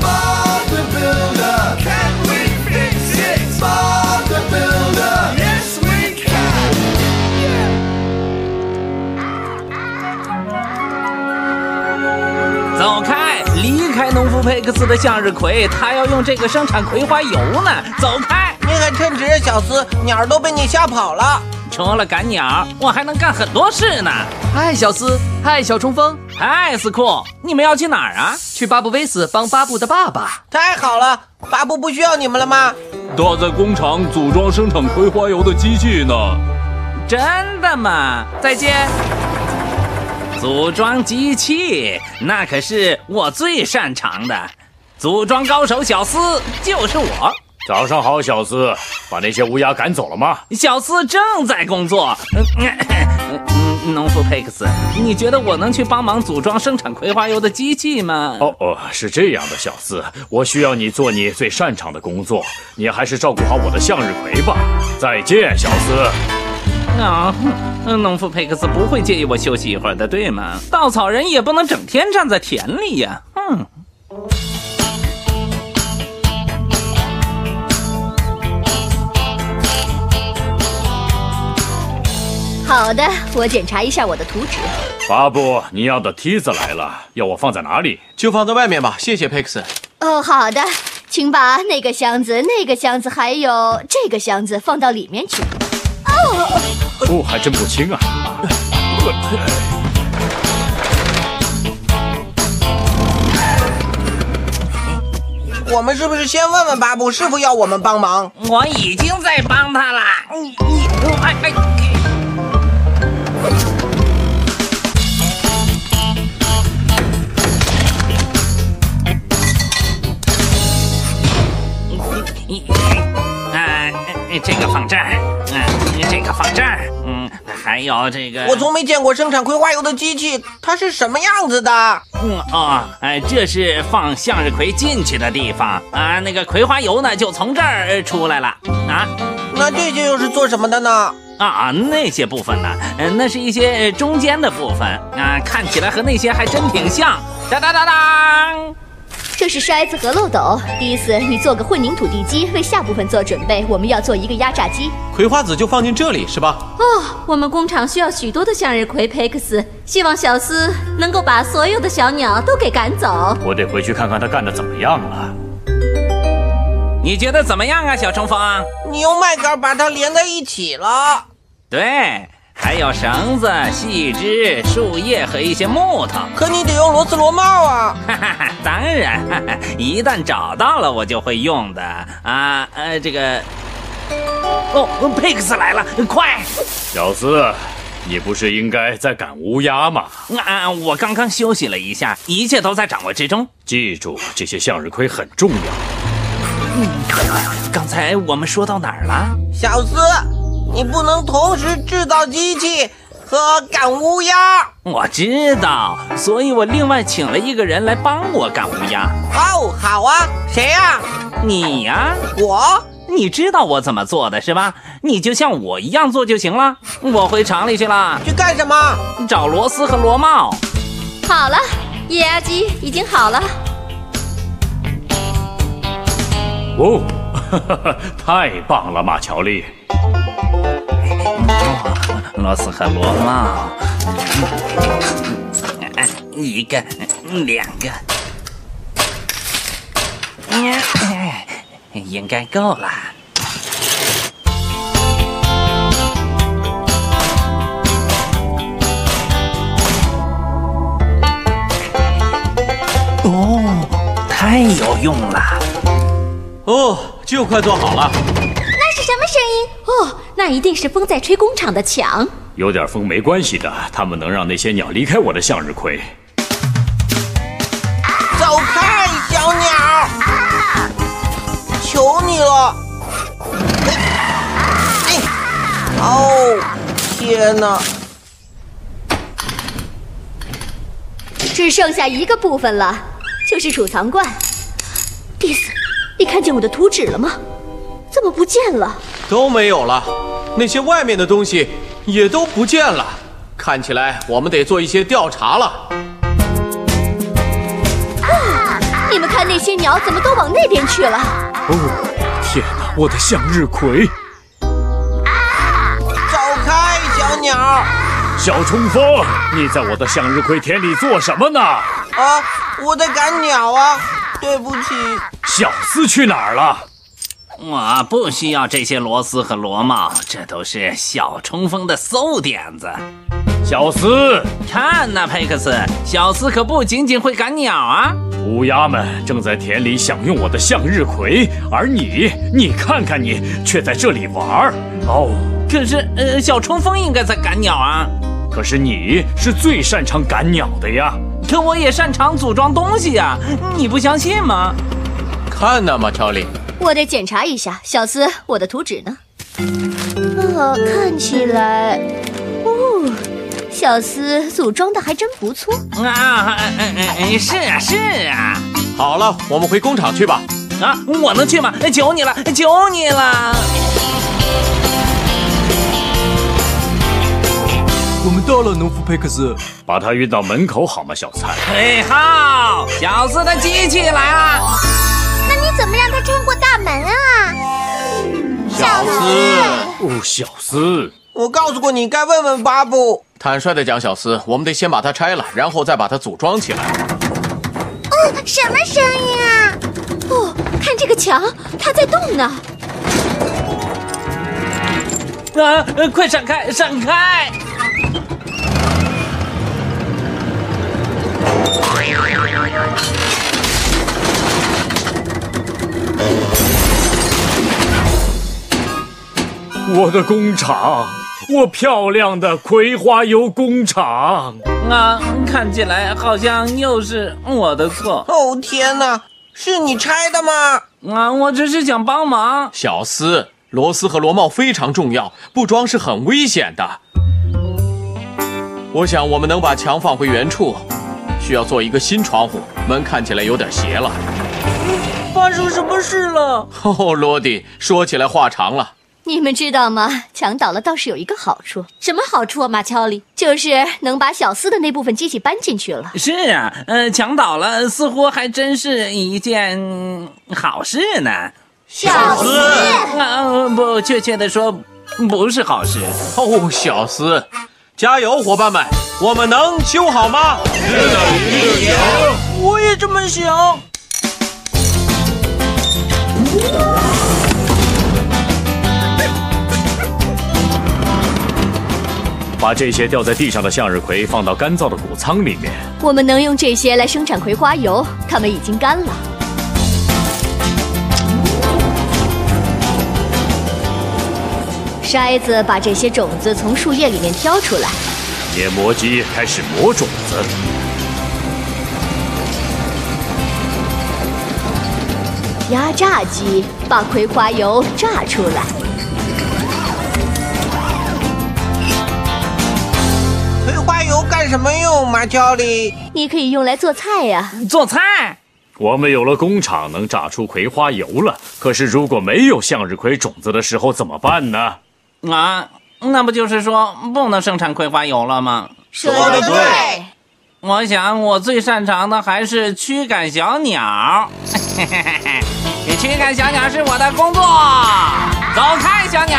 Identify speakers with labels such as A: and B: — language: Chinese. A: Bob the Builder. Can we fix it? Bob the Builder. Yes, we can.
B: 走开，离开农夫佩克斯的向日葵，他要用这个生产葵花油呢。走开，
C: 你可称职，小斯，鸟儿都被你吓跑了。
B: 除了赶鸟，我还能干很多事呢。
D: 嗨，小斯，嗨，小冲锋，
B: 嗨，斯库，你们要去哪儿啊？
D: 去巴布威斯帮巴布的爸爸。
C: 太好了，巴布不需要你们了吗？
E: 他在工厂组装生产葵花油的机器呢。
B: 真的吗？
D: 再见。
B: 组装机器，那可是我最擅长的。组装高手小斯就是我。
F: 早上好，小斯，把那些乌鸦赶走了吗？
B: 小斯正在工作。嗯嗯嗯，农夫佩克斯，你觉得我能去帮忙组装生产葵花油的机器吗？
F: 哦哦，是这样的，小斯，我需要你做你最擅长的工作，你还是照顾好我的向日葵吧。再见，小斯。
B: 啊，哼农夫佩克斯不会介意我休息一会儿的，对吗？稻草人也不能整天站在田里呀、嗯，
G: 好的，我检查一下我的图纸。
F: 巴布，你要的梯子来了，要我放在哪里？
H: 就放在外面吧，谢谢佩克斯。
G: 哦，好的，请把那个箱子、那个箱子还有这个箱子放到里面去。
F: 哦，还真不轻啊。
C: 我们是不是先问问巴布是否要我们帮忙？
B: 我已经在帮他了。你你我哎哎，哎哎，这个放这儿，嗯、这个放这儿，嗯，还有这个，
C: 我从没见过生产葵花油的机器，它是什么样子的？
B: 嗯哦，哎，这是放向日葵进去的地方啊。那个葵花油呢，就从这儿呃出来了啊
C: 那这些又是做什么的呢？
B: 啊啊！那些部分呢，呃，那是一些呃中间的部分啊，看起来和那些还真挺像。哒哒哒当，
G: 这是筛子和漏斗。迪斯，你做个混凝土地基，为下部分做准备。我们要做一个压榨机。
H: 葵花籽就放进这里是吧？
I: 我们工厂需要许多的向日葵，佩克斯。希望小斯能够把所有的小鸟都给赶走。
F: 我得回去看看他干的怎么样了。
B: 你觉得怎么样啊，小冲锋？
C: 你用麦秆把它连在一起了。
B: 对，还有绳子、细枝、树叶和一些木头。
C: 可你得用螺丝螺帽啊！
B: 哈哈哈，当然，哈哈，一旦找到了，我就会用的啊。呃，这个，哦，佩克斯来了，快！
F: 小斯，你不是应该在赶乌鸦吗？
B: 啊，我刚刚休息了一下，一切都在掌握之中。
F: 记住，这些向日葵很重要。
B: 刚才我们说到哪儿了？
C: 小斯，你不能同时制造机器和赶乌鸦。
B: 我知道，所以我另外请了一个人来帮我赶乌鸦。
C: 哦，好啊，谁呀、
B: 你呀、
C: 我。
B: 你知道我怎么做的是吧？你就像我一样做就行了。我回厂里去了，
C: 去干什么？
B: 找螺丝和螺帽。
I: 好了，液压机已经好了。
F: 哦， 哈哈哈，太棒了，马乔丽。
B: 螺丝和螺帽，哎一个，两个，哎应该够了。哦，太有用了！
H: 哦，就快做好了。
I: 那是什么声音？哦，那一定是风在吹工厂的墙。
F: 有点风没关系的，他们能让那些鸟离开我的向日葵。
C: 走开，小鸟！求你了！哎，哎哦，天哪！
G: 只剩下一个部分了，就是储藏罐。迪斯，你看见我的图纸了吗？怎么不见了？
H: 都没有了，那些外面的东西也都不见了。看起来我们得做一些调查了。
G: 啊！你们看那些鸟怎么都往那边去了？
F: 哦，天哪！我的向日葵，
C: 走开，小鸟！啊
F: 小冲锋，你在我的向日葵田里做什么呢？
C: 啊，我在赶鸟啊！对不起，
F: 小斯去哪儿了？
B: 我不需要这些螺丝和螺帽，这都是小冲锋的馊点子。
F: 小斯，
B: 看呐、佩克斯，小斯可不仅仅会赶鸟啊！
F: 乌鸦们正在田里享用我的向日葵，而你，你看看你，却在这里玩儿。哦，
B: 可是，呃，小冲锋应该在赶鸟啊。
F: 可是你是最擅长赶鸟的呀。
B: 可我也擅长组装东西呀、你不相信吗？
H: 看呐，马乔里，
G: 我得检查一下，小斯，我的图纸呢？啊，看起来，哦，小斯组装的还真不错。
B: 啊，哎哎哎哎，是啊是啊，
H: 好了，我们回工厂去吧。
B: 啊，我能去吗？求你了，哎求你了！
H: 我们到了，农夫佩克斯。
F: 把它运到门口好吗，小蔡？
B: 嘿号，哎小斯的机器来了。
G: 那你怎么让他穿过大门啊？
H: 小斯，
F: 哦，小斯，
C: 我告诉过你该问问巴布。
H: 坦率的讲，小斯，我们得先把它拆了，然后再把它组装起来。
G: 哦，什么声音啊？
I: 哦，看这个墙，它在动呢。
B: 啊，呃快闪开，闪开！
F: 我的工厂，我漂亮的葵花油工厂。
B: 啊，看起来好像又是我的错
C: 哦天哪，是你拆的吗？
B: 啊！我只是想帮忙。
H: 小斯，螺丝和螺帽非常重要，不装是很危险的。我想我们能把墙放回原处，需要做一个新窗户，门看起来有点斜了。
C: 发生什么事了？
H: 哦，罗迪，说起来话长了。
G: 你们知道吗？墙倒了倒是有一个好处，
I: 什么好处啊，马乔里？
G: 就是能把小斯的那部分机器搬进去了。
B: 是啊，呃，墙倒了，似乎还真是一件嗯好事呢。
G: 小斯，
B: 啊，呃不，确切的说，不是好事。
H: 哦，小斯，加油，伙伴们，我们能修好吗？
C: 我也这么想。
F: 把这些掉在地上的向日葵放到干燥的谷仓里面。
G: 我们能用这些来生产葵花油，它们已经干了。筛子把这些种子从树叶里面挑出来，
F: 研磨机开始磨种子。
G: 压榨机把葵花油榨出来。
C: 葵花油干什么用？马乔里，
G: 你可以用来做菜呀、
B: 做菜，
F: 我们有了工厂，能榨出葵花油了。可是如果没有向日葵种子的时候怎么办呢？
B: 啊，那不就是说不能生产葵花油了吗？
G: 说
H: 得对。
B: 我想我最擅长的还是驱赶小鸟， 驱赶小鸟是我的工作。走开，小鸟，